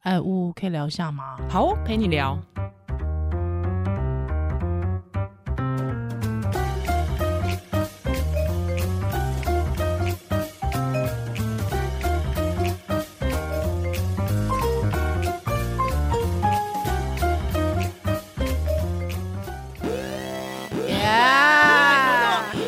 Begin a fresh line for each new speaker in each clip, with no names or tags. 哎，呜，可以聊一下吗？
好哦，陪你聊。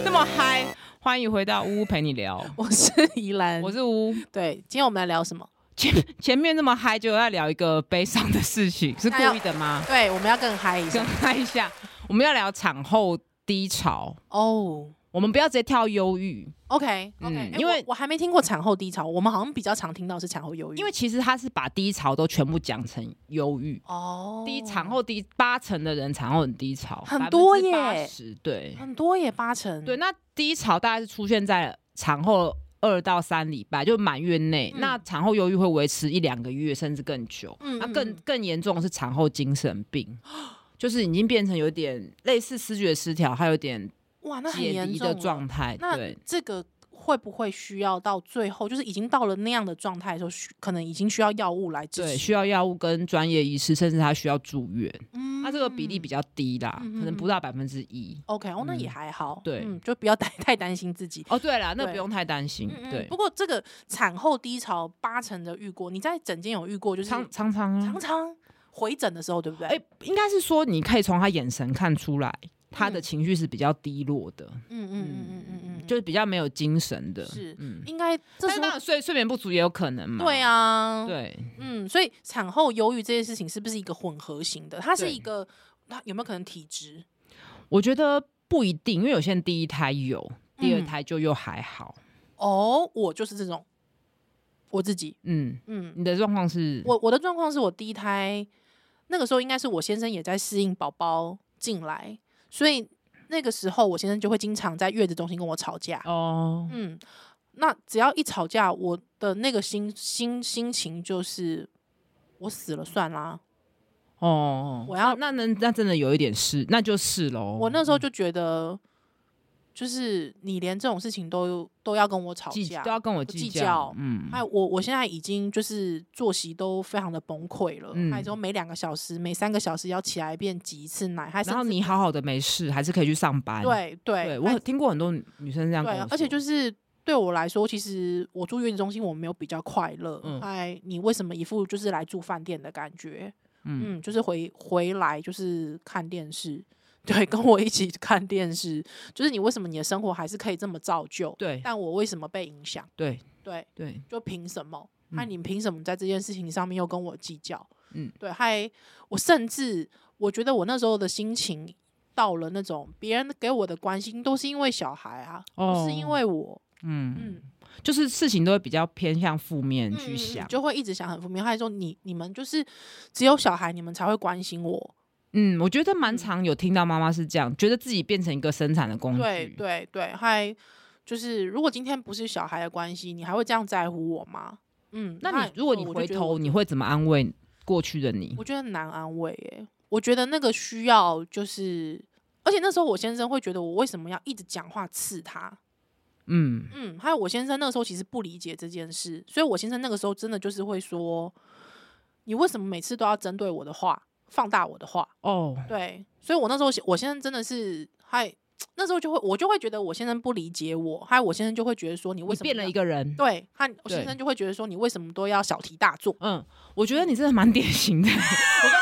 那么嗨，欢迎回到呜呜陪你聊，
我是宜兰，
我是呜呜。
对，今天我们来聊什么？
前前面那么嗨，就要聊一个悲伤的 事情，
哎
是故意的吗？
对，我们要更嗨一
跟哦
下
嗨一下，我们要聊产后低潮，
哦。
我们不要直接跳忧郁，
OK OK，、
嗯
哎
因为
我我还没听过产后低潮，我们好像比较常听到是产后忧郁，
因为其实他是把低潮都全部讲成忧郁。
哦，
低产后低八成的人产后很低潮，
很多耶
十对
很多也八成，
对。那低潮大概是出现在产后二到三礼拜，就满月内。
嗯
那产后忧郁会维持一两个月，甚至更久。
嗯，嗯，
那更
嗯
更严重的是产后精神 病，就是已经变成有点类似失觉失调，还有点
哇，那很
解
严
离
重
的
了
状态。
那
对，
这个会不会需要到最后，就是已经到了那样的状态的时候，需可能已经需要药物来支
对，
持？
需要药物跟专业医师，甚至他需要住院。
嗯
那这个比例比较低啦，
嗯嗯
可能不到百分之一。
OK，哦，那也
嗯
还好，
对
嗯，就不要太太担心自己。
哦，对了，那
对
不用太担心。
嗯嗯，
对
不，过这个产后低潮八成的遇过，你在诊间有遇过，就是
常常常啊
常常回诊的时候，对不对？
哎、应该是说你可以从他眼神看出来，他的
嗯
情绪是比较低落的，
嗯嗯嗯嗯嗯嗯，
就是比较没有精神的。
是
嗯，
应该这
但
时
是
候
当然睡睡眠不足也有可能嘛。
对啊，，
对，
嗯，所以产后忧郁这件事情是不是一个混合型的？它是
对
一个，它有没有可能体质？
我觉得不一定，因为有些人第一胎有，第二
嗯
胎就又还好。
哦，我就是这种，我自己，
嗯，
嗯，
你的状况是，
我我的状况是我第一胎那个时候应该是我先生也在适应宝宝进来，所以那个时候我先生就会经常在月子中心跟我吵架，
哦，
嗯，那只要一吵架，我的那个心心心情就是我死了算啦，
哦，
我要
那那那真的有一点是，那就是喽。
我那时候就觉得。就是你连这种事情都都要跟我吵
计
架，
都要跟我
不
计
计
较，
较
嗯，
哎，我我现在已经就是作息都非常的崩溃了，
嗯
还说每两个小时、每三个小时要起来便挤一次奶，还
然后
甚至
你好好的没事，还是可以去上班。，
对对
对
还
我听过很多女女生这样跟
对啊
我，
而且
说
就是对我来说，其实我住月子中心我没有比较快乐，
嗯
哎，你为什么一副就是来住饭店的感觉？
嗯
嗯，就是回回来就是看电视。 对，跟我一起看电视，就是你为什么你的生活还是可以这么照旧？
对
但我为什么被影响？
对
对，
对，
就凭什么？那、
嗯
你凭什么在这件事情上面又跟我计较？
嗯，
对，还我甚至我觉得我那时候的心情到了那种别人给我的关心都是因为小孩啊，不是因
哦
为我，
嗯。
嗯，
就是事情都会比较偏向负面
嗯
去
嗯
想
嗯，就会一直想很负面，还说你你们就是只有小孩你们才会关心我，
嗯，我觉得蛮
嗯
常有听到妈妈是这样，觉得自己变成一个生产的工具，
对对对，还就是如果今天不是小孩的关系，你还会这样在乎我吗？嗯，
那你如果
对
你
我就
回
觉得
头，
我
你会怎么安慰过去的你？
我觉得很难安慰耶、我觉得那个需要就是，而且那时候我先生会觉得我为什么要一直讲话刺他，
嗯，
嗯，还有我先生那个时候其实不理解这件事，所以我先生那个时候真的就是会说，你为什么每次都要针对我的话，放大我的话？
哦，
对，所以我那时候我先生真的是还那时候就会我就会觉得我先生不理解我，还有我先生就会觉得说你为
你
什么
变了
要
一个人。
对，他我先
对
生就会觉得说你为什么都要小题大做？
嗯，我觉得你真的蛮典型的。我刚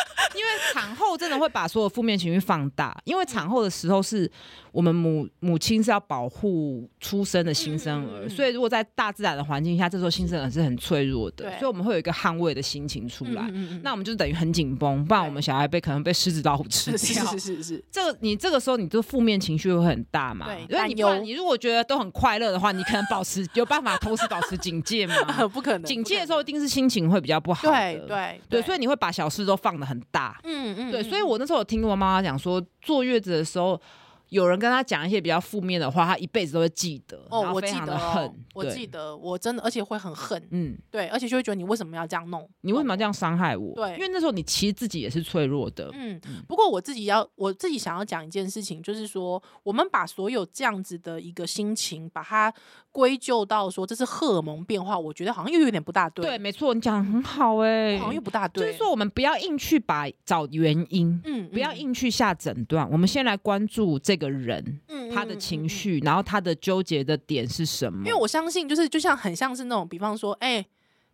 因为产后真的会把所有负面情绪放大，因为产后的时候是我们母母亲是要保护出生的新生
嗯嗯嗯
儿，
嗯
所以如果在大自然的环境下，这时候新生儿是很脆弱的
对，
所以我们会有一个捍卫的心情出来。
嗯嗯嗯
那我们就等于很紧绷，不然
对
我们小孩被可能被狮子、老虎吃
是
掉。
是 是是是，
这个你这个时候你的负面情绪会很大嘛？
对
因为
担
你不
忧
然你如果觉得都很快乐的话，你可能保持有办法同时保持警戒 嘛。
不可能
嗯警
不
戒
可
的时候一定是心情会比较不好
对
的
对
对，所以你会把小事都放得很大。
嗯嗯，
对，
嗯
所以我那时候有听我妈妈讲说，坐月子的时候有人跟他讲一些比较负面的话，他一辈子都会记得，然
哦，
后
我
非
记
常
得
的
哦
恨，，
我
对
记，得，我真的，而且会很恨，
嗯，
对，而且就会觉得你为什么要这样弄？
你为什么要这样伤害我？
对
因为那时候你其实自己也是脆弱的，
嗯，不过我自己要我自己想要讲一件事情，就是说，我们把所有这样子的一个心情，把它归咎到说这是荷尔蒙变化，我觉得好像又有点不大对，
对，没错，你讲得很好哎、
好像又不大
就
对。
是说我们不要硬去把找原因，
嗯，嗯，
不要硬去下诊断，我们先来关注这个人。
嗯，嗯
他的情，绪，然后他的纠结的点是什么？
嗯嗯嗯因为我相信，就是就像很像是那种，比方说，哎、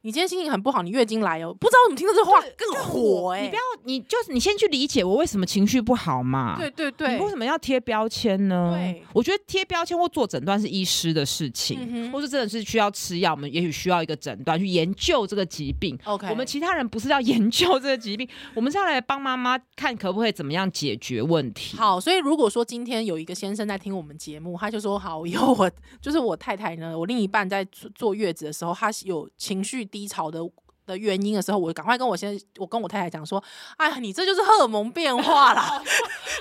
你今天心情很不好，你月经来哦，不知道怎么听到这话更火哎、
你不要，你就是你先去理解我为什么情绪不好嘛。
对对
你
对，
为什么要贴标签呢？
对
我觉得贴标签或做诊断是医师的事情，
嗯哼
或是真的是需要吃药，我们也许需要一个诊断去研究这个疾病。
OK，
我们其他人不是要研究这个疾病，我们是要来帮妈妈看可不可以怎么样解决问题。
好，所以如果说今天有一个先生在听我们节目，他就说好，以后我就是我太太呢，我另一半在坐坐月子的时候，她有情绪低潮的。的原因的时候，我赶快跟我先，我跟我太太讲说，哎呀，你这就是荷尔蒙变化 啦，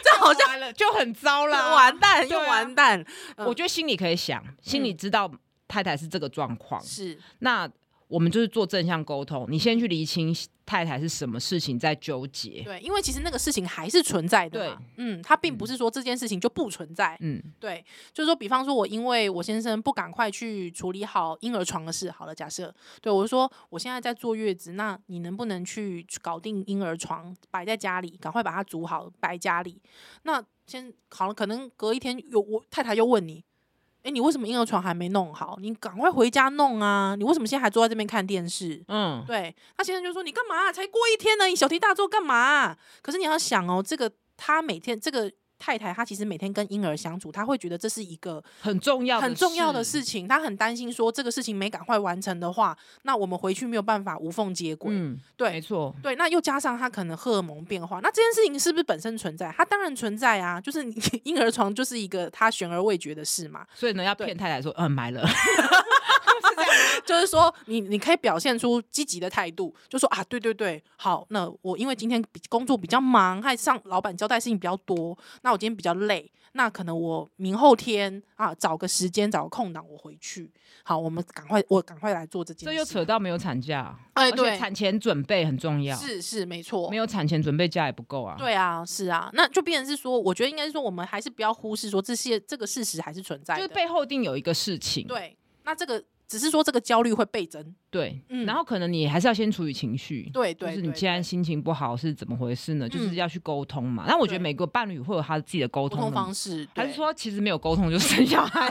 这好像
像了就很糟啦，
完蛋
对
又
啊
完蛋，
我觉得心里可以想，心里知道太太是这个状况，
是
那我们就是做正向沟通，你先去厘清太太是什么事情在纠结。
对，因为其实那个事情还是存在的嘛，嗯，它并不是说这件事情就不存在，
嗯，
对，就是说，比方说，我因为我先生不赶快去处理好婴儿床的事，好了，假设对我就说，我现在在坐月子，那你能不能去搞定婴儿床，摆在家里，赶快把它煮好，摆家里？那先好了，可能隔一天有我太太又问你，哎，你为什么婴儿床还没弄好？你赶快回家弄啊！你为什么现在还坐在这边看电视？
嗯，
对，他先生就说：“你干嘛、啊才过一天呢，你小题大做干嘛、啊可是你要想哦，这个他每天这个太太，她其实每天跟婴儿相处，她会觉得这是一个
很重要，
很重要的。事情，她很担心说这个事情没赶快完成的话，那我们回去没有办法无缝接轨。
嗯，没
对
错，
对，那又加上她可能荷尔蒙变化，那这件事情是不是本身存在？它当然存在啊，就是你 婴儿床就是一个她悬而未决的事嘛。
所以呢，要
对
骗太太说，嗯，买了，
就是说你你可以表现出积极的态度，就说啊，对对对，好，那我因为今天比工作比较忙，还上老板交代事情比较多，那我今天比较累，那可能我明后天啊找个时间找个空档我回去，好，我们赶快我赶快来做这件
这
事，
又扯到没有产假，
哎
而且
对，
产前准备很重要，
是是没错
没。有产前准备假也不够啊。
对啊，是啊，那就变成是说，我觉得应该是说，我们还是不要忽视说这些这个事实还是存在
就
的。
是背后一定有一个事情，
对，那这个只是说这个焦虑会倍增。
对，
嗯
然后可能你还是要先处理情绪，
对
就
对
是
对，
你既然
对
心情不好是怎么回事呢？就是
嗯
要去沟通嘛。那我觉得
对
每个伴侣会有他自己的沟
沟通
通
方
方式，
式，
还是
对
说其实没有沟通就生小孩？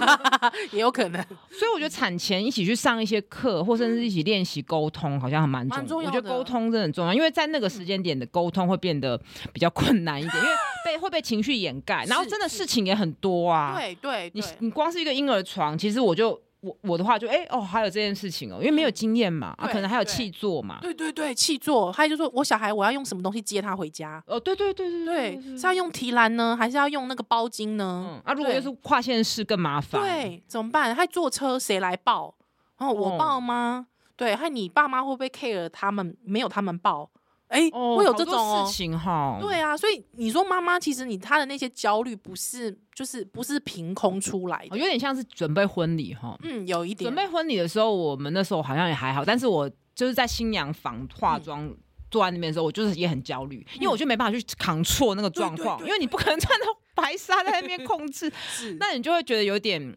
也有可能。
所以我觉得产前一起去上一些课，或甚至一起练习沟通，好像还蛮重
蛮重要
我觉得
的
沟通真的很重要，因为在那个时间点的沟通会变得比较困难一点，因为被会被情绪掩盖，然后
是
真的
是
事情也很多啊。
对对
你
对，
你光是一个婴儿床，其实我就我我的话就哎、哦，还有这件事情哦，因为没有经验嘛，啊，
对
可能还有
对
气座嘛，
对对对，气座，还有就说我小孩我要用什么东西接他回家？
哦，对对对对
对，是要用提篮呢，还是要用那个包巾呢？
嗯，啊，如果又是跨县市更麻烦，，
对，怎么办？还坐车谁来报？然后
哦
我报吗？对，还你爸妈会不会 care 他们没有他们报？哎，
哦，
会有
好
这
多
种哦
事。情哈，，
对啊，所以你说妈妈，其实你她的那些焦虑不是，就是不是凭空出来
哦有
的。
点像是准备婚礼哈，
嗯，有一点
准备婚礼的时候，我们那时候好像也还好，但是我就是在新娘房化妆。
嗯
坐在那边的时候，我就是也很焦虑，因为我就没办法去扛错那个状况，
对对对
因为你不可能穿着白纱在那边 控制，
是，
那你就会觉得有点嗯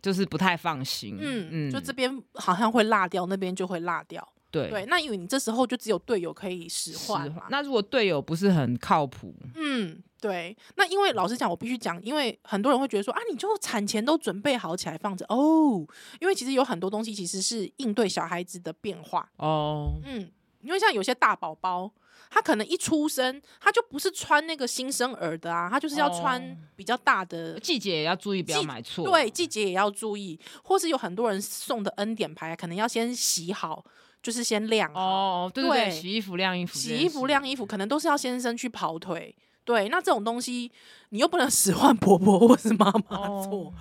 就是不太放心。
嗯，就这边好像会落掉，那边就会落掉。
对
对，那因为你这时候就只有队友可以使
使
唤
唤
嘛。
那如果队友不是很靠谱，
嗯，对。那因为老实讲，我必须讲，因为很多人会觉得说啊，你就产前都准备好起来放着哦，因为其实有很多东西其实是应对小孩子的变化。
哦，
嗯，因为像有些大宝宝，他可能一出生他就不是穿那个新生儿的啊，他就是要
哦
穿比较大的。
季节也要注意，不要
季
买错。
对，季节也要注意，或是有很多人送的恩典牌，可能要先洗好，就是先晾好。
哦，对对对，
对
洗衣服晾衣服这件
洗
事，
衣服、晾衣服，可能都是要先生去跑腿。对，那这种东西你又不能 使唤婆婆或是妈妈
哦
做，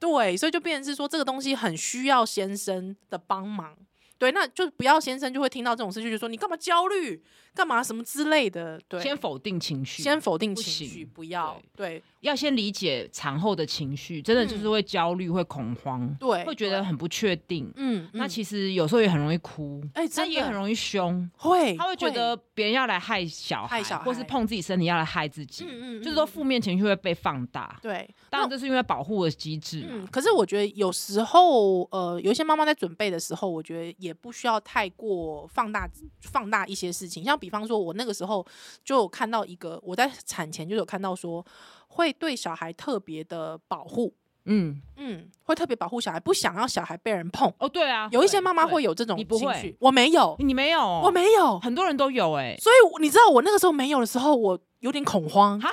对，所以就变成是说这个东西很需要先生的帮忙。对，那就不要先生就会听到这种事情，就说你干嘛焦虑，干嘛什么之类的，对，
先否定情绪，
先否定
不
情绪，
行
不要，对
要先理解产后的情绪，真的
嗯
就是会焦虑、会恐慌，
对，
会觉得很不确定。
嗯，
那
嗯
其实有时候也很容易哭，
哎，
那
真
也
的哎
很容易凶，
会，
他会觉得别人要来害小孩，
害小孩
或是碰自己身体要来害自己，
嗯嗯，
就是说
嗯
负面情绪会被放大。
对，
当
那
然，这是因为保护的机制嘛。
嗯，可是我觉得有时候，呃，有一些妈妈在准备的时候，我觉得也不需要太过放大放大一些事情。像比方说，我那个时候就有看到一个，我在产前就有看到说，会对小孩特别的保护，
嗯，
嗯，会特别保护小孩，不想要小孩被人碰。
哦，对啊，
有一些妈妈会
有，
有这种
你
情
不会
绪，我没有，
你没有哦，
我没有。
很多人都有哎、
所以我你知道，我那个时候没有的时候，我有点恐慌。
哈，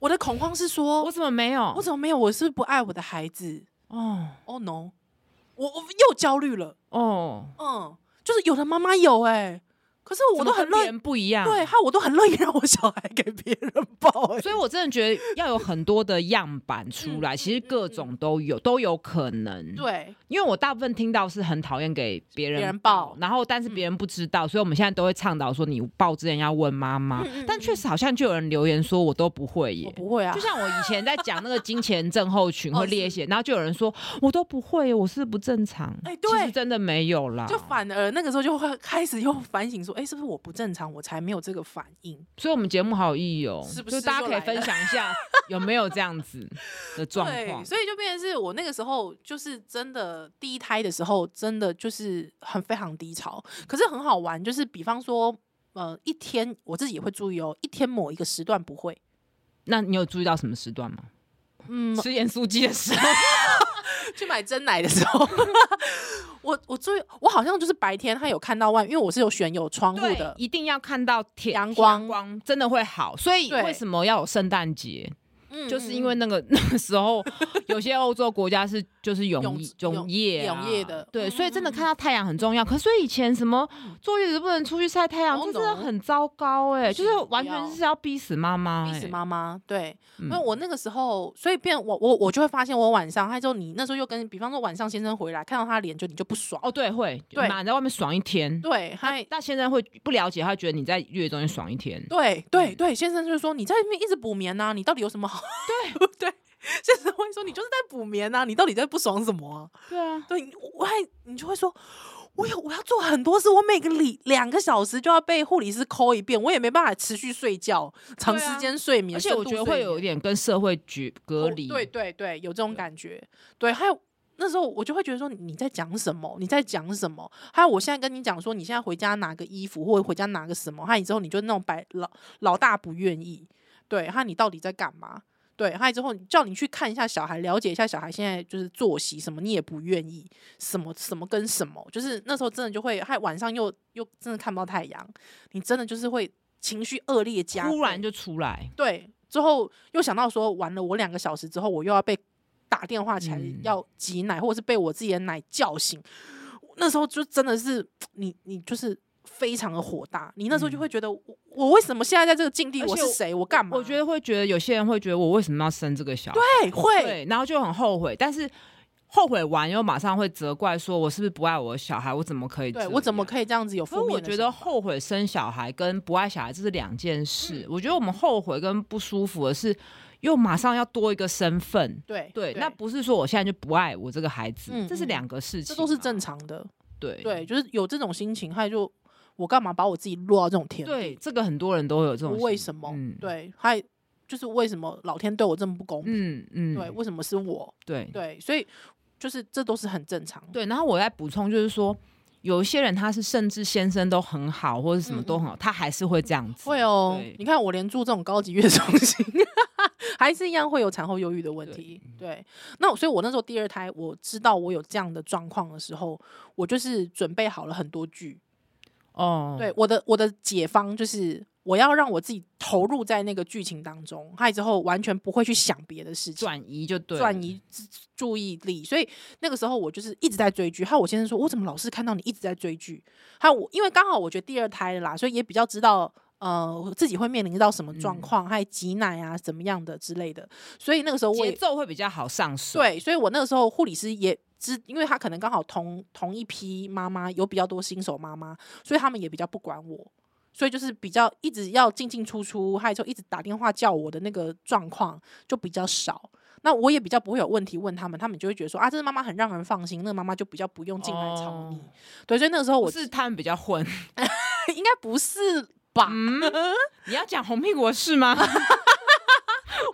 我的恐慌是说，
我怎么没有
哦我？怎么没有？我是不是不爱我的孩子
哦
？Oh no！我我又焦虑了。
哦，
嗯，就是有的妈妈有哎、可是我
怎
都
么
很
跟别
乐，
人不一样。
对，哈，我都很乐意 让我小孩给别人抱、欸，
啊所以我真的觉得要有很多的样板出来，
嗯
其实各种都有，都有可能。，
对，
因为我大部分听到是很讨厌给别人
别人抱嗯
然后但是别人不知道，所以我们现在都会倡导说，你抱之前要问妈妈。
嗯嗯
但确
嗯
实好像就有人留言说，我都不会
我
耶。
不会啊，
就像我以前在讲那个金钱症候群
哦
会 列血，然后就有人说我都不会耶，我是不正常。
哎
其实
对
真的没有啦。
就反而那个时候就会开始又反省说，哎、是不是我不正常，我才没有这个反应？
所以我们节目好有意义哦，
是不
就是大家
又
可以
来
分
了
享一下有没有这样子的状况
对，。所以就变成是我那个时候就是真的第一胎的时候，真的就是很非常低潮，可是很好玩，就是比方说。呃，一天我自己也会注意哦，一天某一个时段不会，
那你有注意到什么时段吗？
嗯，
吃盐酥鸡的时候，
去买真奶的时候， 我我最我好像就是白天他有看到外，因为我是有选有窗户的，
一定要看到天
阳光
光真的会好。所以
对
为什么要有圣诞节？
嗯
就是因为
嗯
那个 那个时候，有些欧洲国家是就是永
永
永夜啊
永夜的
对，
嗯
所以真的
嗯嗯
看到太阳很重要。可是以前什么坐月子不能出去晒太阳，
Oh
这真的
no
很糟糕
不
哎，就
行
是
不
完全
要
是要逼死妈妈
嗯
哎，
逼死妈妈对，
嗯
因为我那个时候，所以变我我我就会发现我晚上，还有你那时候又跟，比方说晚上先生回来看到他的脸就你就不爽，
哦对会，
对
妈你在外面爽一天，
对，还
那现在会不了解，他觉得你在月中间爽一天，
对对
嗯
对，先生就说你在那边一直补眠呐、你到底有什么好？ 对对，先生会说你就是在补眠呐、啊你到底在不爽什么啊、
对啊，
对，你我还你就会说，我有我要做很多事，我每个礼两个小时就要被护理师抠一遍，我也没办法持续睡觉，长
对啊
时间睡眠，
而且
深
我
度
觉得
睡
会有一
眠
点跟社会局隔
哦
离，
对对对，有这种
对
感觉。对，还有那时候我就会觉得说你在讲什么，你在讲什么？还有我现在跟你讲说，你现在回家拿个衣服，或者回家拿个什么，还有你之后你就那种白老老大不愿意，对，还有你到底在干嘛？对，还有之后叫你去看一下小孩，了解一下小孩现在就是作息什么，你也不愿意，什么什么跟什么，就是那时候真的就会，还有晚上又又真的看不到太阳，你真的就是会情绪恶劣加倍，
突然就出来，
对，之后又想到说，完了，我两个小时之后，我又要被打电话起来
嗯
要挤奶，或者是被我自己的奶叫醒。那时候就真的是你，你就是非常的火大。你那时候就
嗯
会觉得，我我为什么现在在这个境地？
而
我
且
是
我
谁？我干嘛？
我觉得会觉得有些人会觉得我为什么要生这个小孩，
对会
对，然后就很后悔，但是后悔完又马上会责怪说，我是不是不爱我的小孩，我怎么可以？
对，我怎么？可以这样子有
所以
负面
我
的
觉
想
得
法？
后悔生小孩跟不爱小孩这是两件
嗯
事。我觉得我们后悔跟不舒服的是，又马上要多一个身份。
对
对，那不是说我现在就不爱我这个孩子，
嗯
这是
嗯
两个事情
这
啊、
都是正常的。
对
对，就是有这种心情，还有就我干嘛把我自己落到这种田地？
对，这个很多人都会有这
我
种
为
心
什么？
嗯
对，还有就是为什么老天对我这么不公平？
嗯嗯，
对，为什么是我？
对
对，所以就是这都是很正常的。
对，然后我再补充就是说，有一些人他是甚至先生都很好，或者什么
嗯
都很好，他还是会这样子。
会哦
对，
你看我连住这种高级月子中心， 还是一样会有产后忧郁的问题。
嗯
对，那我所以，我那时候第二胎，我知道我有这样的状况的时候，我就是准备好了很多剧。
哦，
对，我的我的解方就是我要让我自己投入在那个剧情当中，还有之后完全不会去想别的事情。
转移就对了，
转移注注意力，所以那个时候我就是一直在追剧。还有我先生说，我怎么老是看到你一直在追剧？还有我，因为刚好我觉得第二胎了啦，所以也比较知道呃自己会面临到什么状况，还有挤奶啊怎么样的之类的。所以那个时候我
节
也
奏会比较好上手。
对，所以我那个时候护理师也知，因为他可能刚好同同一批妈妈有比较多新手妈妈，所以他们也比较不管我，所以就是比较一直要进进出出，还有就一直打电话叫我的那个状况就比较少。那我也比较不会有问题问他们，他们就会觉得说啊，这个妈妈很让人放心，那个妈妈就比较不用进来吵你。
哦
对，所以那个时候我
我是他们比较混。
应该不是吧？
嗯，你要讲红屁股的事吗？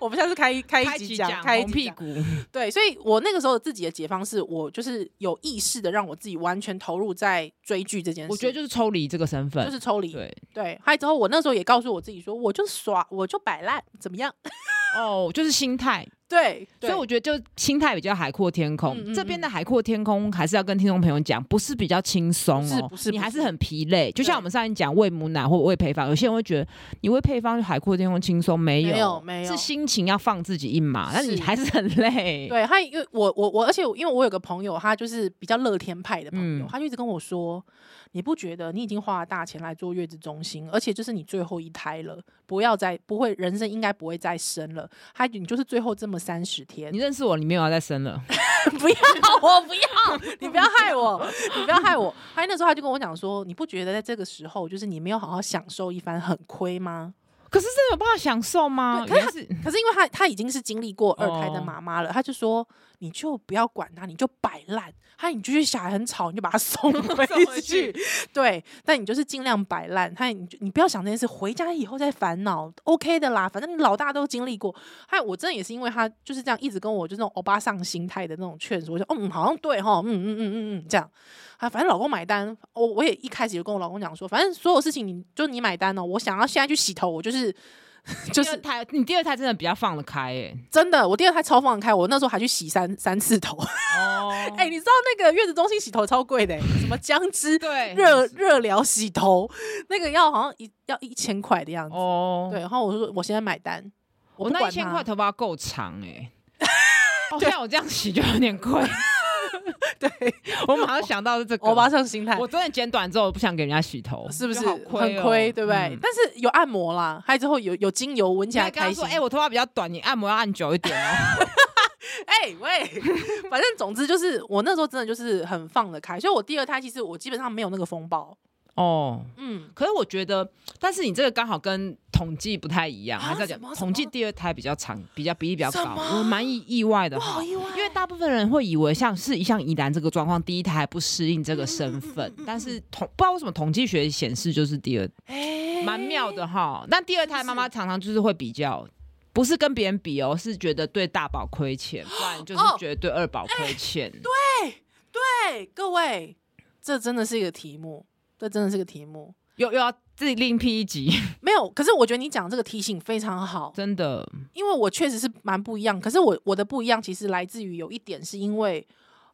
我们下次开 开一集讲，开一
红
集
屁
讲
股，
对，所以我那个时候自己的解放是我就是有意识的让我自己完全投入在追剧这件事，
我觉得就是抽离这个身份，
就是抽离。
对
对，还有之后我那时候也告诉我自己说，我就耍，我就摆烂，怎么样？
哦，就是心态。
对，
所以我觉得就心态比较海阔天空，
嗯嗯
这边的海阔天空还是要跟听众朋友讲，不是比较轻松
不是
哦，
不是
你
不
还是
是
很疲累。就像我们上一讲喂母奶或喂配方，有些人会觉得你喂配方就海阔天空轻松，没有
没有没有
是心情要放自己一马，但你
是
还是很累。
对他，因为我我我，而且因为我有个朋友，他就是比较乐天派的朋友，
嗯
他就一直跟我说，你不觉得你已经花了大钱来做月子中心，而且这是你最后一胎了，不要再不会人生应该不会再生了，他你就是最后这么三十天
你，认识我，你没有要再生了，
不要，我不要，你不要害我，你不要害我。他那时候他就跟我讲说，你不觉得在这个时候，就是你没有好好享受一番很亏吗？
可是真的有办法享受吗？
对可
还是
可是因为他他已经是经历过二胎的
哦
妈妈了，他就说你就不要管他，你就摆烂，他你就是小孩很吵，你就把他 送 回
送回
去。对，但你就是尽量摆烂，他你就你不要想这件事，回家以后再烦恼，OK 的啦，反正你老大都经历过。还有我真的也是因为他就是这样一直跟我就那种欧巴上心态的那种劝说，我说哦嗯好像对哈，嗯嗯嗯嗯嗯这样啊，反正老公买单，我我也一开始就跟我老公讲说，反正所有事情你就你买单哦，我想要现在去洗头，我就是 就
第
是
二胎，你第二胎真的比较放得开哎、
真的，我第二胎超放得开，我那时候还去洗三三次头。
哦，
哎、你知道那个月子中心洗头超贵的、欸什么姜汁
对
热热疗洗头，那个要好像一要一千块的样子。
哦，
对，然后我就说我现在买单，
我
不
那
管
一千
它
块头发够长哎、 欸。哦，像我这样洗就有点贵。
对
我马上想到是这个，
欧巴上心态
我。真的剪短之后，我不想给人家洗头，
是不是
就好
很
亏哦
亏，对不对？
嗯
但是有按摩啦，还有之后有有精油，闻起
你
来
还跟
开
他
心
说：“。哎、我头发比较短，你按摩要按久一 点哦。
哎、 喂，反正总之就是我那时候真的就是很放得开，所以我第二胎其实我基本上没有那个风暴。”
哦，
嗯，
可是我觉得，但是你这个刚好跟统计不太一样，
啊
还是要
什
讲
么什
统计
么
第二胎比较长，比较比例比较
什
高，
么
我蛮意意外的
我
哈
好。意外，
因为大部分人会以为像是像怡兰这个状况，第一胎还不适应这个身
嗯
份，但是统不知道为什么统计学显示就是第二
哎
蛮妙的哈。但第二胎妈妈常常就是会比较，不是跟别人比哦，是觉得对大宝亏欠，不然就是
哦啊
觉得对二宝亏欠。
哎，各位，这真的是一个题目，这真的是个题目。
又又要自己另辟一集，
没有，可是我觉得你讲这个提醒非常好，
真的
因为我确实是蛮不一样。可是我我的不一样，其实来自于有一点是因为，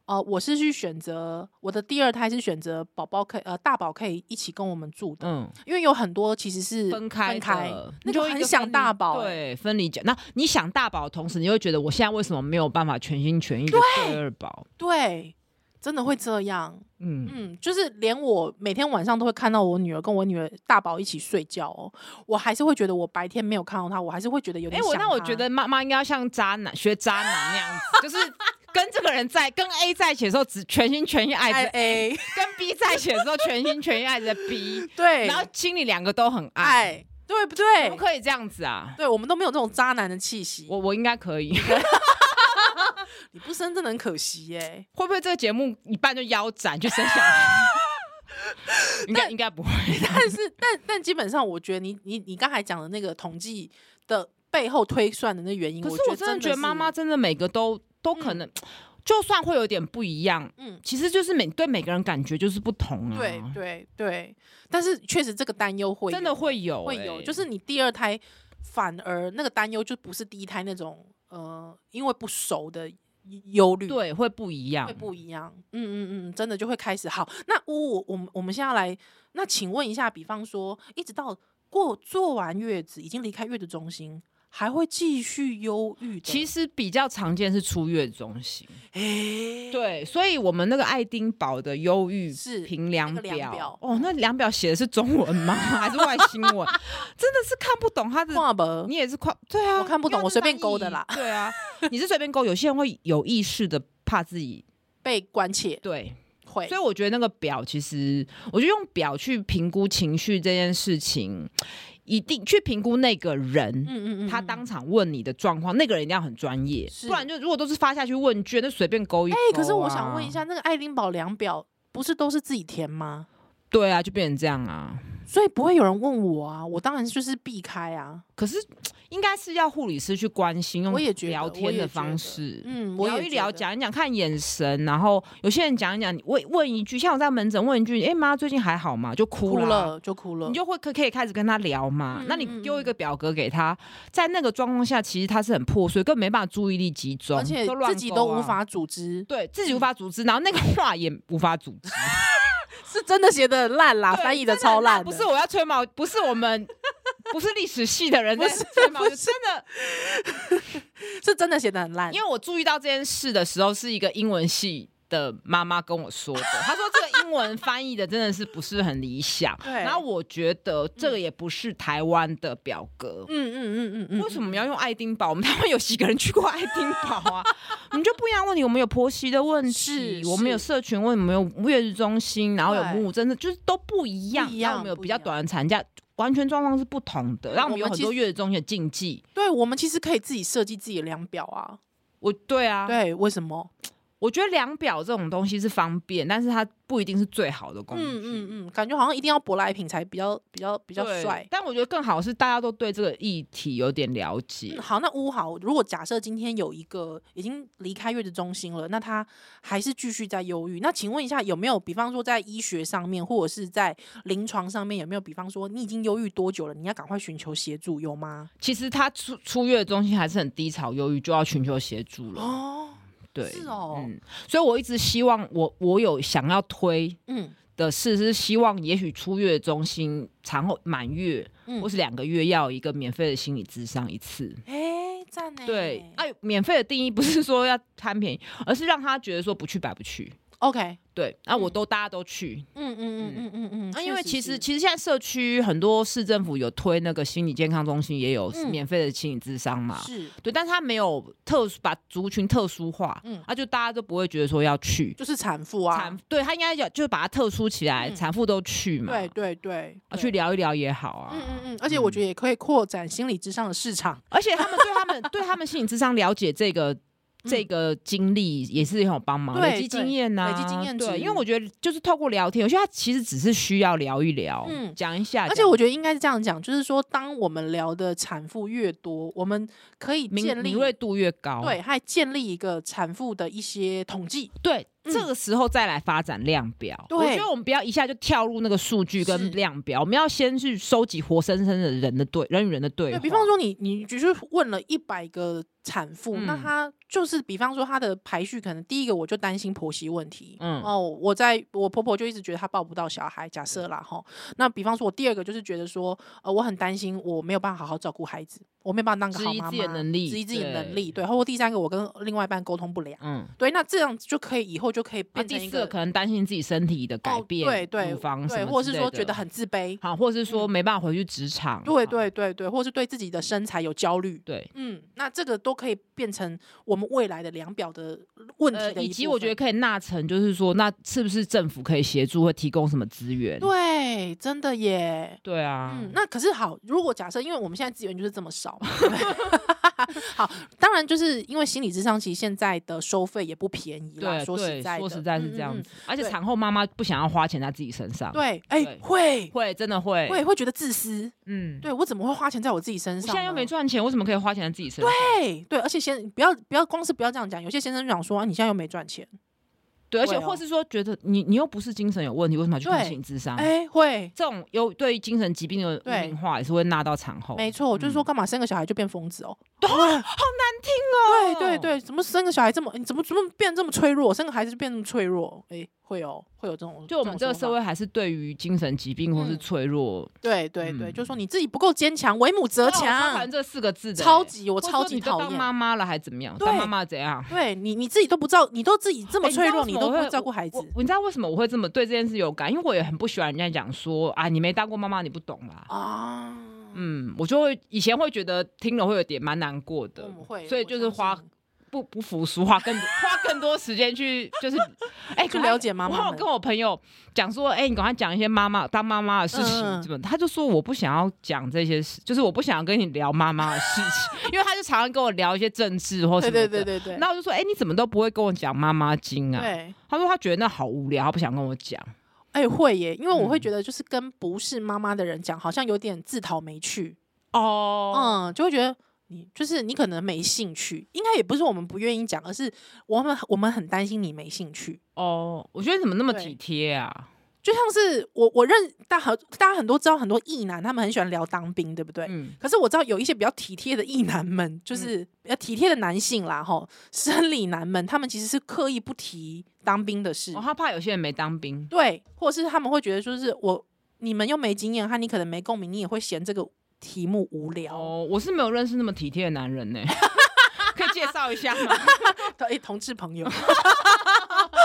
呃，我是去选择我的第二胎是选择宝宝可以呃大宝可以一起跟我们住的，
嗯，
因为有很多其实是
分开
分开
的，
那
就
个
一
很想
分离
大宝、欸
对，分离讲。那你想大宝的同时，你会觉得我现在为什么没有办法全心全意的对二宝？
对，真的会这样。
嗯，
嗯，就是连我每天晚上都会看到我女儿跟我女儿大宝一起睡觉哦，我还是会觉得我白天没有看到她，我还是会觉得有
哎、
点想
我
她。
那我觉得妈妈应该要像渣男学渣男那样子，就是跟这个人在跟 A 在一起的时候，只全心全意爱
爱
着
A
跟 B 在一起的时候，全心全意爱着 B，
对，
然后心里两个都很爱，
爱对不
怎
对？
么可以这样子啊？
对我们都没有这种渣男的气息，
我我应该可以，
你不生真的很可惜耶、
会不会这个节目一半就腰斩去生 小孩？应该应该不会，
但是但但基本上，我觉得你你你刚才讲的那个统计的背后推算的那原因，
可是
觉
我
得
真的
真
觉得妈
是
妈真的每个都都可能，就算会有点不一样，
嗯。
其实就是每对每个人感觉就是不同啊，
对对对，但是确实这个担忧会
真的
有
会有、
会
欸
有，就是你第二胎反而那个担忧就不是第一胎那种呃，因为不熟的忧虑，，
对会不一样
会，不一样。嗯嗯嗯，真的就会开始好。那呜、我们我们现在来，那请问一下，比方说，一直到过做完月子，已经离开月子中心，还会继续忧郁的？
其
实，
实比较常见是出月中心，
哎，
对，所以我们那个爱丁堡的忧郁
是
评量
那个
表，
量表
哦，那量表写的是中文吗？还是外星文？ 真的是看不懂它的。
跨博
你也是跨对啊，
我看不懂
因为
我随便
是翻译
勾的啦。
对啊，你是随便勾，有些人会有意识的怕自己
被关切，
对，
会
所以我觉得那个表，其实我觉得用表去评估情绪这件事情，一定去评估那个人。
嗯嗯嗯，
他
嗯
当场问你的状况，那个人一定要很专业，
是
不然就如果都是发下去问卷，那随便勾一勾、啊
哎、可是我想问一，下，那个爱丁堡量表不是都是自己填吗？
对啊，就变成这样啊。
所以不会有人问我啊，我当然就是避开啊。
可是应该是要护理师去关心，用
我也觉得
聊
我
天
也
的
觉得
方式，
嗯，我
聊
也
一
觉
聊，
得，
讲一讲，看眼神，然后有些人讲一讲，你问问一句，像我在门诊问一句，哎、妈，最近还好吗？就哭
哭
啦
了就哭了，
你就会可可以开始跟他聊嘛。
嗯
那
嗯
你
嗯
丢一个表格给他，在那个状况下，其实他是很破碎，根本没办法注意力集中，
而且
都乱
自己
勾
都
啊
无法组织，
对自己无法组织，然后那个
嗯
话也无法组 织，
是真的写的烂啦，
对
翻译得
真
超
很
烂的，
不是我要吹毛，不是我们。不是历史系 的人在
不是
吹毛，
不
真的，
是真的写的很烂，
因为我注意到这件事的时候，是一个英文系的妈妈跟我说的。她说这个英文翻译的真的是不是很理想，
对
然后我觉得这个也不是台湾的表格，
嗯嗯嗯嗯嗯，
为什
么？
么我们要用爱丁堡？我们台湾有几个人去过爱丁堡啊？ 我们就不一样问题，我们有婆媳的问题，
是
我们有社群问题，我们有月日中心，然后有
对
母真的就是都不一样。
不一样
那我们有
不
比
一
较
样
短的产假，完全状况是不同的。然后我们有
我们
很
其
多
实
月日中心的禁忌。
对我们其实可以自己设计自己的量表啊，
我对啊，
对，为什么？
我觉得量表这种东西是方便，但是它不一定是最好的工具。
嗯嗯嗯，感觉好像一定要舶来品才比较比较比
比
较帅。
但我觉得更好是大家都对这个议题有点了解
嗯，。好，那乌好，如果假设今天有一个已经离开月子中心了，那他还是继续在忧郁，那请问一下有没有，比方说在医学上面，或者是在临床上面，有没有比方说你已经忧郁多久了，你要赶快寻求协助，有吗？
其实他出出月中心还是很低潮、忧郁，就要寻求协助了。
哦，
对，
是哦
嗯，所以我一直希望我我有想要推
嗯
的事是希望，也许出月中心产后满月、
嗯
或是两个月要有一个免费的心理咨商一次。
哎，赞呢？
对，哎、免费的定义不是说要贪便宜，而是让他觉得说不去白不去。
，OK，
对，那、我都、大家都去。
嗯嗯嗯嗯嗯嗯，
那、嗯啊因为其实
是
其实现在社区很多市政府有推那个心理健康中心，也有
嗯
免费的心理咨商嘛。
是
对，但他没有特殊把族群特殊化，
嗯
嗯，啊，就大家都不会觉得说要去。
就是产妇啊，
产对他应该就就是把它特殊起来，
嗯
产妇都去嘛，
对对对
啊，，
对
去聊一聊也好啊。
嗯嗯嗯，而且我觉得也可以扩展心理之上的市场，
而且他们对他们对他们心理智商了解这个。这个经历也是很有帮忙，
嗯对
累积经验呐、
对累积经验值
对，因为我觉得就是透过聊天，我觉得他其实只是需要聊一聊，
嗯
嗯，讲一下，
而且我觉得应该是这样讲，就是说，当我们聊的产妇越多，我们可以
讲敏
建立
敏锐度越高，
对，还建立一个产妇的一些统计。
对，
嗯
这个时候再来发展量表。
对
我觉得我们不要一下就跳入那个数据
是
跟量表，我们要先去收集活生生的人的对人与人的对
对
话。
比方说你，你只是问了一百个产妇，那
嗯
她就是比方说她的排序，可能第一个我就担心婆媳问题，
嗯
哦，我在我婆婆就一直觉得她抱不到小孩，假设啦哈。那比方说，我第二个就是觉得说，呃，我很担心我没有办法好好照顾孩子，我没有办法当个
质
好
疑
妈妈，
自己的能力
质疑自己的能
对
力，对，或第三个我跟另外一半沟通不良。
嗯，
对，那这样就可以以后就可以
那
变成
啊第
一
四个
个
可能担心自己身体的改
哦
变，
对对
乳房什
对，
么
或
之
是
类
说觉
的
得很自卑，
好，或是说没办法回去职场，
对
好
对对对，或是对自己的身材有焦虑。
对。
嗯，那这个都可以变成我们未来的量表的问题的
呃，
一部分、
以及我觉得可以纳成，就是说，那是不是政府可以协助或提供什么资源？
对，真的耶。
对啊，
嗯，那可是好，如果假设，因为我们现在资源就是这么少嘛，对不对 好，当然就是因为心理智商其实现在的收费也不便宜啦，
对
说
对，
实在的，
说实在是这样
嗯嗯嗯
子，而且
对
产后妈妈不想要花钱在自己身上，
对，哎、
对
会
会真的会，
会会觉得自私，
嗯，
对我怎么会花钱在我自己身
我
上呢？
现在又没赚钱，为什么可以花钱在自己身上？
对对，而且先不要不要光是不要这样讲，有些先生讲说、啊、你现在又没赚钱，
对，而且
对哦
或是说觉得你你又不是精神有问题，为什么要去看
对
心理智商？
哎、会，
这种有对于精神疾病的污
对
名化也是会纳到产后，
没错，我就是说干嘛生个小孩就变疯子哦，
哦嗯对哦
对对，对，怎么生个小孩这么，你怎么怎么变这么脆弱，生个孩子就变这么脆弱，哎、会哦，会有这种，
就我们这个
种说
社
法，
会还是对于精神疾病或是
嗯
脆弱，
对对对，
嗯
就说你自己不够坚强，为母则
哦我超讨
强
厌，这四个字的欸，
超级我
或者
超
说
级
你都
讨
当
厌
妈妈了还怎么样？
对
当妈妈怎样？
对你你自己都不照，你都自己这么
欸
脆弱，
你
你
知
都
道为什么我
不会
会
照顾孩子
我，你知道为什么我会这么对这件事有感？因为我也很不喜欢人家讲说啊，你没当过妈妈，你不懂啦。
啊，
嗯，我就会以前会觉得听了会有点蛮难过的
我们会，
所以
我
就是
相
花
信
不不服输，花 更花更多时间去就是哎
去了解妈妈
我有
们
跟我朋友讲说，哎、你赶快讲一些妈妈当妈妈的事情，
嗯嗯
怎么？他就说我不想要讲这些事，就是我不想要跟你聊妈妈的事情， 因为他就常常跟我聊一些政治或什
对
么的。
对对对对，
那我就说，哎、你怎么都不会跟我讲妈妈经啊？
对。
他说他觉得那好无聊，他不想跟我讲。
哎、会耶，因为我会
嗯
觉得就是跟不是妈妈的人讲，好像有点自讨没趣，
哦，
嗯，就会觉得你就是你可能没兴趣，应该也不是我们不愿意讲，而是我们我们很担心你没兴趣。
哦，我觉得你怎么那么
对
体贴啊？
就像是我我认大很大家很多知道很多异男，他们很喜欢聊当兵，对不对？
嗯，
可是我知道有一些比较体贴的异男们，就是比较体贴的男性啦，吼，生理男们，他们其实是刻意不提当兵的事，
哦，他怕有些人没当兵。
对，或者是他们会觉得说是我你们又没经验，和你可能没共鸣，你也会嫌这个题目无聊。
哦，我是没有认识那么体贴的男 人呢、可以介绍一下吗？
哎、同志朋友。 对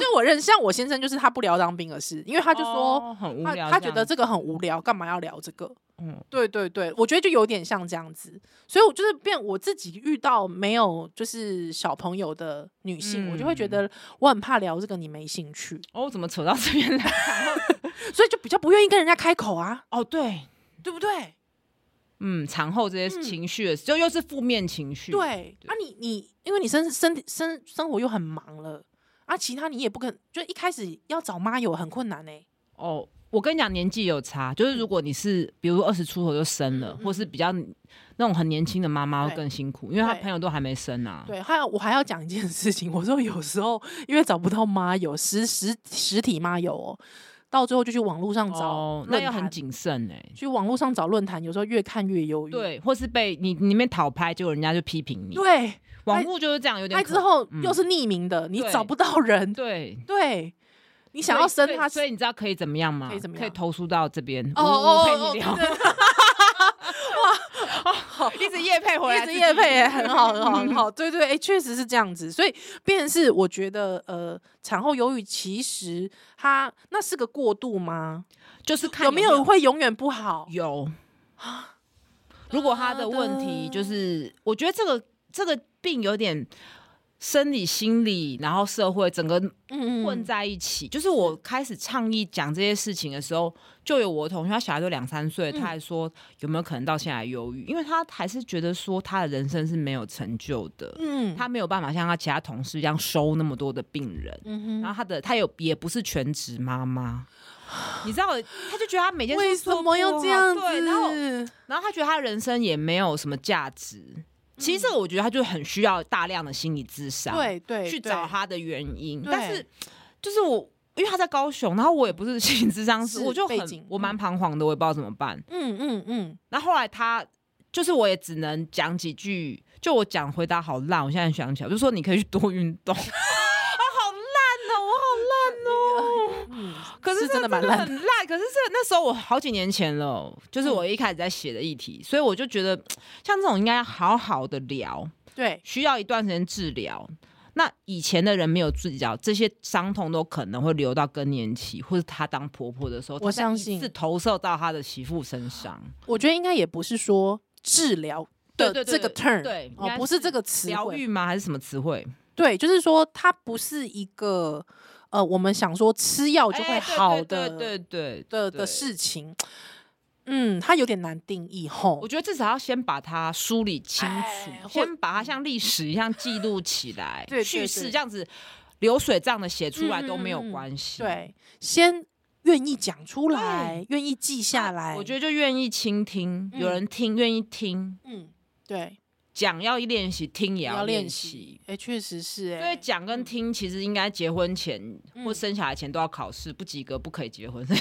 就我认识，像我先生就是他不聊当兵的事，因为他
他
就说、
很哦无
他
聊
他觉得
这
这个很无聊，干嘛要聊这个？
样，嗯，
对对对，我觉得就有点像这样子，所以我就是变我自己遇到没有就是小朋友的女性，我就会觉
嗯
得我很怕聊这个，你没兴趣，
哦，怎么扯到这边来？
所以就比较不愿意跟人家开口啊，
哦，对，
对不对？
嗯，产后这些
嗯
情绪、就又是负面情绪，，
对啊你，你因为你身身体生生活又很忙了啊，其他你也不可能，就一开始要找妈友很困难欸呢、
哦。我跟你讲，年纪也有差，就是如果你是比如二十出头就生了，
嗯嗯
或是比较那种很年轻的妈妈，会
对
更辛苦，因为她
对
朋友都还没生啊。
对，还有我还要讲一件事情，我说有时候因为找不到妈友，实实实体妈友哦，到最后就去网络上找、
哦，那要很。谨慎哎、
去网络上找论坛，有时候越看越忧郁。
对，或是被你你里面讨拍，结果人家就批评你。
对，
网
哎
络就是这样，有点
那
可
之后
嗯
又是匿名的，你
对
找不到人。
对，
对，你想要
所
生
以
他，
所以所以你知道可以怎么样吗？
可以怎么样
投诉到这边。
哦
我
哦
我
哦
陪
哦
你聊，
对
一直夜配回来，
一直夜配也很好， 很好，很好。对对，哎、确实是这样子。所以，变成是我觉得，呃，产后忧郁其实它那是个过渡吗？
就是看
有没有会永远不好？
有。如果他的问
啊
题就是，我觉得这个这个病有点生理、心理，然后社会整个
嗯
混在一起。就是我开始倡议讲这些事情的时候，就有我的同学，他小孩都两三岁，
嗯
他还说有没有可能到现在忧郁，因为他还是觉得说他的人生是没有成就的。
嗯，
他没有办法像他其他同事一样收那么多的病人，
嗯
然
哼，
后他的他有也不是全职妈妈，你知道，他就觉得他每件事
为
都
什
做
么要
不
这
好
样
对然后
子？
然后他觉得他人生也没有什么价值。其实这个我觉得他就很需要大量的心理智商，，
对对，
去
对
找他的原因。
对
但是就是我。因为他在高雄，然后我也不是心理智商师，
是
我就
背
很
景
我蛮彷徨的，我也不知道怎么办。
嗯嗯嗯，
然后后来他就是我也只能讲几句，就我讲回答好烂，我现在想起来，我就说你可以去多运动。啊， 好烂哦，我好烂哦。
嗯，
可是
是
这
真的蛮烂
很烂。可是这那时候我好几年前了，就是
嗯
我一开始在写的议题，所以我就觉得像这种应该好好的聊，
对，
需要一段时间治疗。那以前的人没有治疗，这些伤痛都可能会留到更年期，或者她当婆婆的时候，
我相信
是投射到她的媳妇身上。
我觉得应该也不是说治疗
对
的
对对
这个
对
turn，
对应
哦，
该
不是这个词
疗
汇，
愈吗？还是什么词汇？
对，就是说它不是一个呃，我们想说吃药
我
就会好的、
哎对对对对
的的
对
事情，嗯，它有点难定义吼
我。觉得至少要先把它梳理清楚，
哎或
先把它像历史一样记录起 来，
对对
叙事
对
这样子流水账的写出来
嗯
都没有
嗯嗯
关系。
对，先愿意讲出来，愿意记下来，
我觉
得，
得就愿意倾听，有
哎嗯
人听愿意听，
嗯，对，
讲要练习，听也
也
要
练
练
习
习。，
哎、确实是、
因
哎，
为讲跟听其实应该结婚前或
嗯
生小孩前都要考试，不及格不可以 结婚。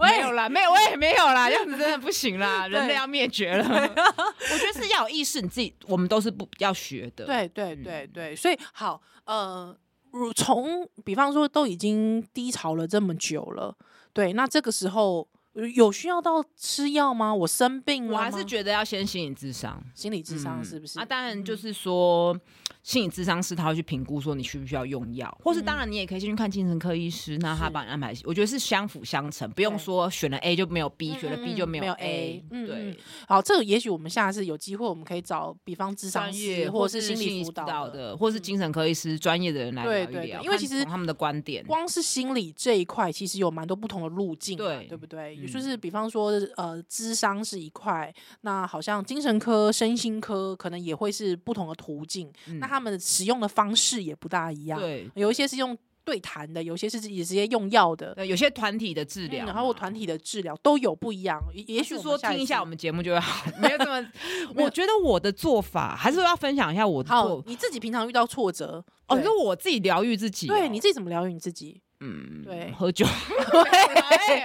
喂
没有啦， 没有，我也没有啦，这样子真的不行啦，人类
对
要灭绝了。我觉得是要有意识，你自己我们都是不要学的。嗯
对对对对，所以好，呃，如从比方说都已经低潮了这么久了，对，那这个时候呃有需要到吃药吗？我生病了
我
吗，
还是觉得要先心理智商，
嗯
啊
心理智商是不是？
啊，当然就
嗯
是说，心理咨商师他会去评估说你需不需要用药，或是当然你也可以先去看精神科医师，那他
嗯是
帮你安排。我觉得是相辅相成，不用
对
说选了 A 就没有 B，
嗯
选了
嗯
B 就
嗯
没
没有 A，
A，
嗯嗯
对，
好，这个也许我们下次有机会，我们可以找，比方智商
专业
师或
是
心
理
辅
导
的。嗯
的，或嗯是精神科医师专业的人来
对
聊
对
一
对
聊，
因为
看
其实
从他们的观点，
光是心理这一块，其实有蛮多不同的路径嘛，
对
对不对？也
嗯
就是比方说，呃，智商是一块，那好像精神科、身心科可能也会是不同的途径，
嗯
那他们使用的方式也不大一样，
对
有一些是用对谈的，有一些是也直接用药的，
对，有些团体的治
嗯
疗嘛，
然后团体的治疗都有不一样，也也
也
许
许
我们
说听一下我
次。
们节目就会好，没有这 么。
没有
我觉得我的做法还是要分享一下我的
好
做，
你自己平常遇到挫折，
哦，
对
你说我自己疗愈自己哦，
对你自己怎么疗愈你自己？
嗯，
对
喝 酒。
对，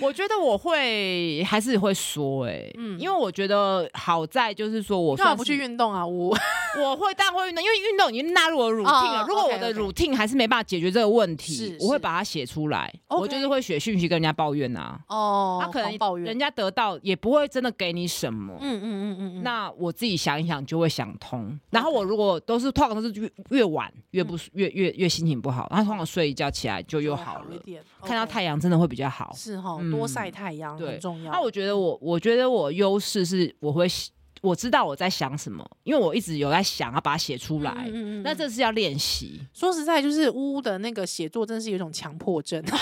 我觉得我会还是会说哎、
嗯
因为我觉得好在就是说我
干嘛
算
不去
是
运动啊？我
我会但会运动，因为运动已经纳入我的 routine 了。
哦
如果我的
OK，OK
routine 还是没办法解决这个问题
是，
我会
是
把它写出来。
OK
我就是会写讯息跟人家抱怨啊，
哦
他、可
狂抱
能
怨，
人家得到也不会真的给你什么。
嗯嗯嗯嗯嗯，
那我自己想一想就会想通，然后
OK 嗯
我如果都是通常都是越越晚越不越越越心情不好，然后通常睡一觉起来就又好
一
了，
点，
看到
OK
太阳真的会比较好。
是哈，
嗯
多晒太阳很
对
重要。
那我觉得我，我觉得我优势是我会喜我知道我在想什么，因为我一直有在想要把它写出来。
嗯嗯嗯嗯
那这是要练习，
说实在，就是呜呜的那个写作，真是有一种强迫症。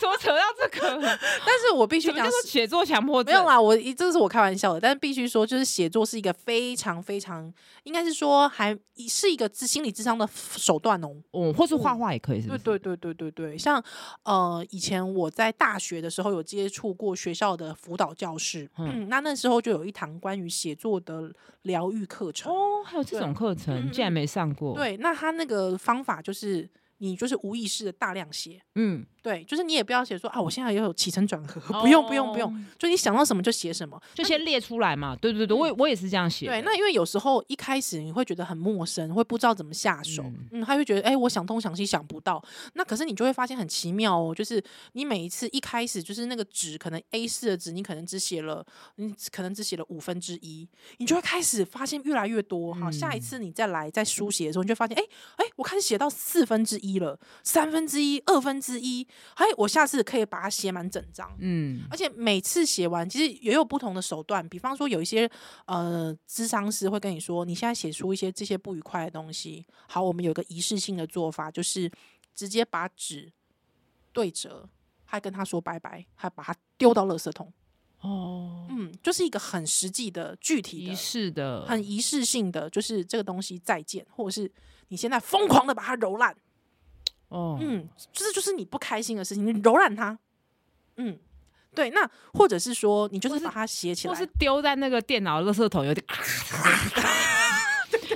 怎么扯到这 个？
但是我必须
什么
讲
叫做
是，
写作强迫
没
症？
有啦，我这是我开玩笑的，但是必须说，就是写作是一个非常非常，应该是说还是一个自心理智商的手段哦。
嗯，或是画画也可以，是不
对对
是？
对对对对，像呃，以前我在大学的时候有接触过学校的辅导教室，
嗯
嗯，那那时候就有一堂关于写作的疗愈课程。
哦，还有这种
嗯
课
嗯
程，
嗯
竟然没上过。，
对，那他那个方法就是你就是无意识的大量写，
嗯，
对，就是你也不要写说啊，我现在也有起承转合， 不用不用不用，
哦，
就你想到什么就写什么。
就先列出来嘛。对对对，我也我也是这样写的。
对，那因为有时候一开始你会觉得很陌生，会不知道怎么下手，
嗯
嗯，他会觉得哎、我想东想西想不到。那可是你就会发现很奇妙哦，就是你每一次一开始就是那个纸，可能 A 四的纸，你可能只写了，你可能只写了五分之一，你就会开始发现越来越多。好，下一
嗯
次你再来再书写的时候，你就发现哎哎、我开始写到四分之一了，三分之一，二分之一，哎，我下次可以把它写满整张。
嗯，
而且每次写完，其实也有不同的手段。比方说，有一些呃，咨商师会跟你说，你现在写出一些这些不愉快的东西。好，我们有一个仪式性的做法，就是直接把纸对折，还跟他说拜拜，还把它丢到垃圾桶。
哦，
嗯，就是一个很实际的、具体
仪
的、
式的，
很仪式性的，就是这个东西再见，或者是你现在疯狂的把它揉烂。
哦，
嗯，这就是你不开心的事情，你揉烂它。嗯，对。那或者是说，你就
或
是
是
把它写起
或
来，
是丢在那个电脑垃圾桶，有点。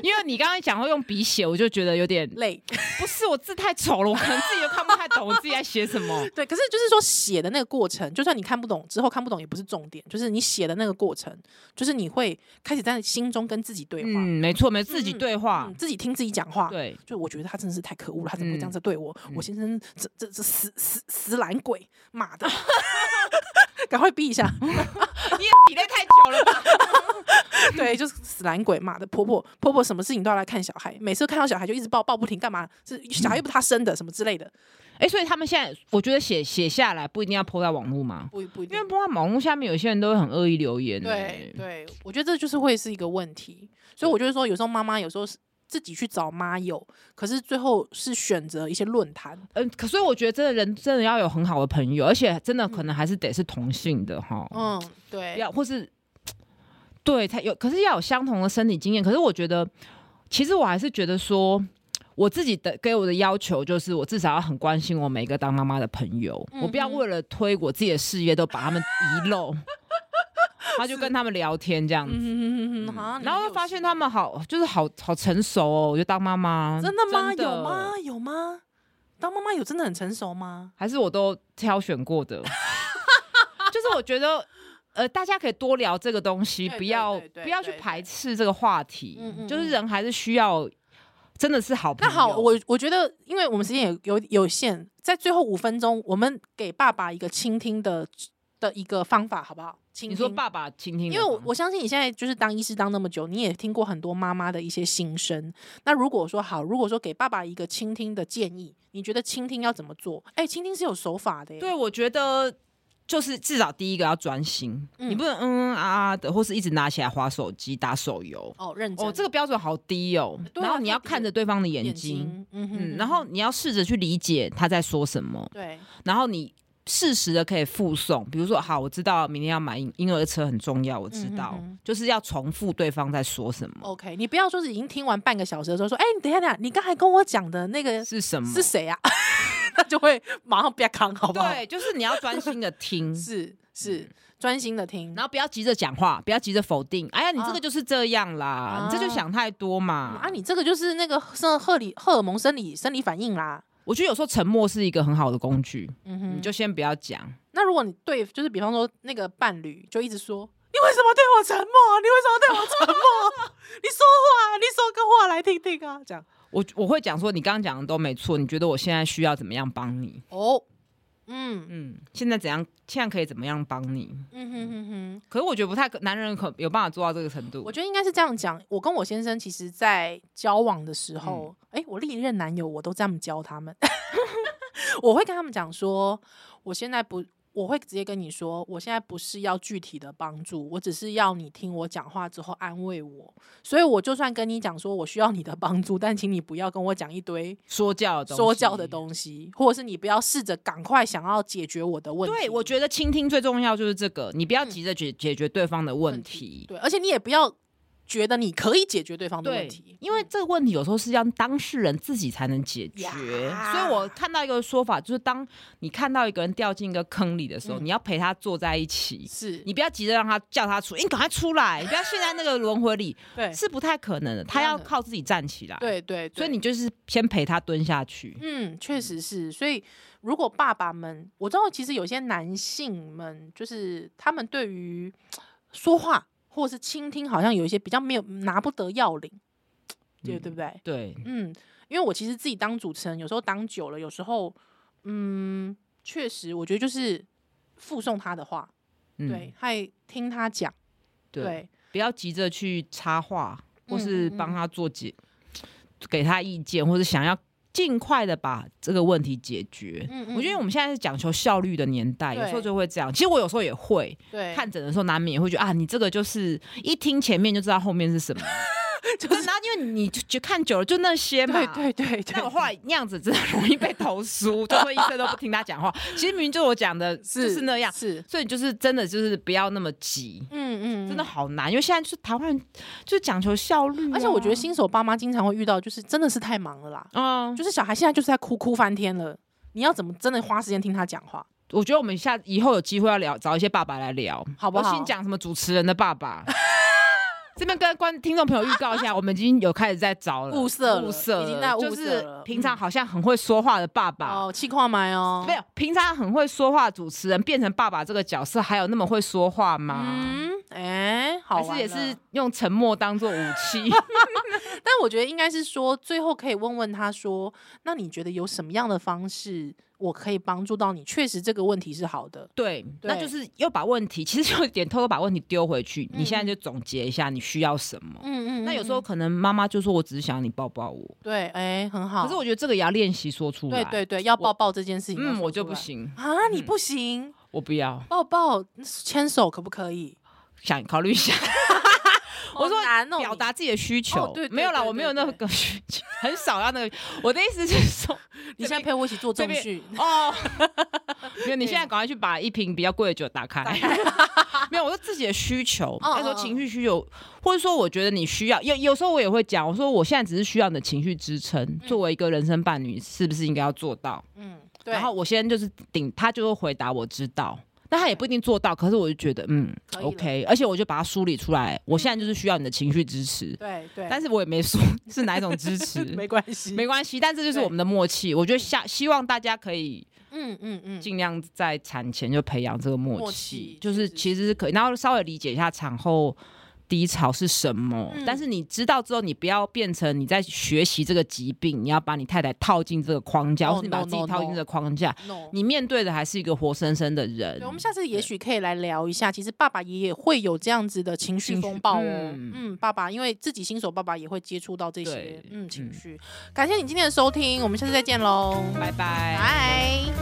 因为你刚刚讲会用笔写，我就觉得有点
累。
不是我字太丑了，我可能自己都看不太懂我自己在写什么。
对，可是就是说写的那个过程，就算你看不懂，之后看不懂也不是重点，就是你写的那个过程，就是你会开始在心中跟自己对话，嗯嗯
嗯，没嗯错，没错自己对话，
自己听自己讲话。
对，
就我觉得他真的是太可恶了，他怎么会这样
嗯
子对我？我先生这这这死死死懒鬼，妈 的！ 赶快逼一下，
你也比累太久了吧？
对，就是死懒鬼嘛的婆婆，婆婆什么事情都要来看小孩，每次看到小孩就一直抱抱不停，干嘛？是小孩又不是她生的，什么之类的，
哎，所以他们现在，我觉得写写下来不一定要泼在网络嘛，
不不一
因为泼在网络下面有些人都会很恶意留言。欸
对，对，我觉得这就是会是一个问题，所以我就是说，有时候妈妈有时候是自己去找妈友，可是最后是选择一些论坛，
嗯，可所以我觉得真的人真的要有很好的朋友，而且真的可能还是得是同性的哈。
嗯，对，
哦要或是对才有，可是要有相同的生理经验。可是我觉得，其实我还是觉得说，我自己的给我的要求就是，我至少要很关心我每一个当妈妈的朋友，我不要
嗯哼
为了推我自己的事业都把他们遗 漏，他就跟他们聊天这样子。
嗯嗯嗯嗯，好，
然后会发现他
们
们好，就是好好成熟哦。我觉得当妈妈
真的吗？
真的
有吗？有吗？当妈妈有真的很成熟吗？
还是我都挑选 过的，就是我觉得。呃，大家可以多聊这个东西，
对
不
对
要
对对
不要去
对对
排斥这个话题
嗯嗯。
就是
嗯
人还是需要，真的是好朋
那
友。
好，我我觉得，因为我们时间也有有限，在最后五分钟，我们给爸爸一个倾听的的一个方法，好不好？请
你说爸爸倾听的
因
吗，
为我我相信你现在就是当医师当那么久，你也听过很多妈妈的一些心声。那如果说好，如果说给爸爸一个倾听的建议，你觉得倾听要怎么做？哎、倾听是有手法的耶，
对，我觉得就是至少第一个要专心，
嗯
你不能嗯嗯啊啊的，或是一直拿起来划手机、打手游。
哦，认真
哦，这个标准好低哦。
对啊
然后你要看着对方的眼
眼
睛，
睛，嗯哼
嗯，然后你要试着去理解他在说什么，
对，
然后你。适时的可以附送，比如说，好，我知道明天要买婴婴儿车很重要，我知道，
嗯哼哼
就是要重复对方在说什么，
OK，你不要说是已经听完半个小时的时候说，哎、你等一下，等一下，你刚才跟我讲的那个
是什么，
是谁啊？ 那就会马上不要扛，好不好？
对，就是你要专心的 听，
是是，专心的听。
然后不要急着讲话，不要急着否定。哎呀，你这
啊
个就是这样啦，你这就想太多嘛。
啊，你这个就是那个生荷里荷尔蒙生理生理反应啦。
我觉得有时候沉默是一个很好的工具，
嗯哼，
你就先不要讲。
那如果你对，就是比方说那个伴侣就一直说，你为什么对我沉默？你为什么对我沉默？你说话，你说个话来听听啊，这样。
我我会讲说，你刚刚讲的都没错，你觉得我现在需要怎么样帮你？
哦，嗯
嗯，现在怎样？现在可以怎么样帮你？
嗯哼哼哼，
可是我觉得不太可，男人可有办法做到这个程度
我。觉得应该是这样讲。我跟我先生其实，在交往的
嗯
时候，哎、我历任男友我都这样教他们， 我会跟他们讲说，我现在不。我会直接跟你说，我现在不是要具体的帮助，我只是要你听我讲话之后安慰我。所以我就算跟你讲说我需要你的帮助，但请你不要跟我讲一堆
说教的东西，
说教的东西，或者是你不要试着赶快想要解决我的问题。
对，我觉得倾听最重要就是这个，你不要急着
嗯
解解决对方的问题。
对，而且你也不要觉得你可以解决对方的问
对
题，，嗯
因为这个问题有时候是让当事人自己才能解决。
呀
所以我看到一个说法，就是当你看到一个人掉进一个坑里的时候，
嗯
你要陪他坐在一起，
是
你不要急着让他叫他出，欸你赶快出来，你不要陷在那个轮回里，
嗯 对
是不太可能的。他要靠自己站起来。，
对对对，
所以你就是先陪他蹲下去。
嗯，确实是。所以如果爸爸们，我知道其实有些男性们，就是他们对于说话或是倾听，好像有一些比较没有拿不得要领，对、对不对？
对，
嗯，因为我其实自己当主持人，有时候当久了，有时候，嗯，确实，我觉得就是附送他的话，
嗯
对，还听他讲，
对
对，
不要急着去插话，
嗯
或是
嗯
帮他做解，给他意见，或是想要尽快的把这个问题解决。
嗯
我觉得我们现在是讲求效率的年代，
对
有时候就会这样。其实我有时候也会
对，
看诊的时候，难免也会觉得啊，你这个就是一听前面就知道后面是 什么，就是然后因为你就就看久了就那些嘛，
对对对对，
但我后来 那样子真的容易被投诉，就说医生都不听他讲话。其实明明就我讲的就是那样，
是，
所以就是真的就是不要那么急，
嗯嗯，
真的。好难，因为现在就是台湾人就是讲求效率啊、
而且我觉得新手爸妈经常会遇到，就是真的是太忙了啦，
嗯，
就是小孩现在就是在哭哭翻天了，你要怎么真的花时间听他讲话？
我觉得我们下以后有机会要聊找一些爸爸来聊，
好不好
我先讲什么主持人的爸爸。 这边跟观听众朋友预告一下，我们已经有开始在找了，
物色了
物色
已
了，
经在物
就
色
是
了嗯
平常好像很会说话的爸爸，
哦，气矿麦哦，
没有，平常很会说话，主持人变成爸爸这个角色，还有那么会说话吗？
嗯，哎、好
还
玩
是也
了
是用沉默当做武器？
但我觉得应该是说，最后可以问问他说，那你觉得有什么样的方式我可以帮助到你？确实这个问题是好的，
对，那
对
就是又把问题， 其实有点偷偷把问题丢回去。你现在就总结一下你需要什么。
嗯嗯嗯
那有时候可能妈妈就说：“我只是想要你抱抱我。
对，哎、很”好。
可是我觉得这个也要练习说出来。
对对对，要抱抱这件事情要说出来，
嗯，我就不行，嗯
啊，你不行，
我不要，
抱抱牵手可不可以？
想考虑 一下。我说
好难哦，
表
你
达自己的需求，
哦对对
没有啦，
对
我没有
对
那
对
个需求， 很少啊要那个。我的意思是说，
你现在
这边
陪我一起做
这
证
边
据，
哦， 没有，你现在赶快去把一瓶比较贵的酒打开。 没有，我说自己的需求，
嗯
那时候情绪需求，或者说我觉得你需要，有有时候我也会讲，我说我现在只是需要你的情绪支撑，作为一个人生伴侣，是不是应该要做到？
嗯，对，
然后我先就是顶，他就会回答我知道。但他也不一定做到，可是我就觉得，嗯
可以了
，OK，而且我就把它梳理出来。我现在就是需要你的情绪支持，
对对，
但是我也没说 是哪一种支持，
嗯没关系，
没关系。但这就是
对
我们的默契。我觉得下希望大家可以
嗯嗯嗯，
尽量在产前就培养这个默契，
默契
就是是
是
其实是可以，然后稍微理解一下产后低潮是什么，
嗯
但是你知道之后，你不要变成你在学习这个疾病，你要把你太太套进这个框架，
No,
或是你把
哦 no,
自己
no,
套进
no
这个框架。
no，
你面对的还是一个活生生的人
对，我，们下次也许可以来聊一下，其实爸爸也也会有这样子的情绪
情绪
风暴哦。
嗯
嗯爸爸因为自己新手爸爸也会接触到这些
对
嗯情
嗯
绪。感谢你今天的收听，我们下次再见喽，
拜拜。
拜。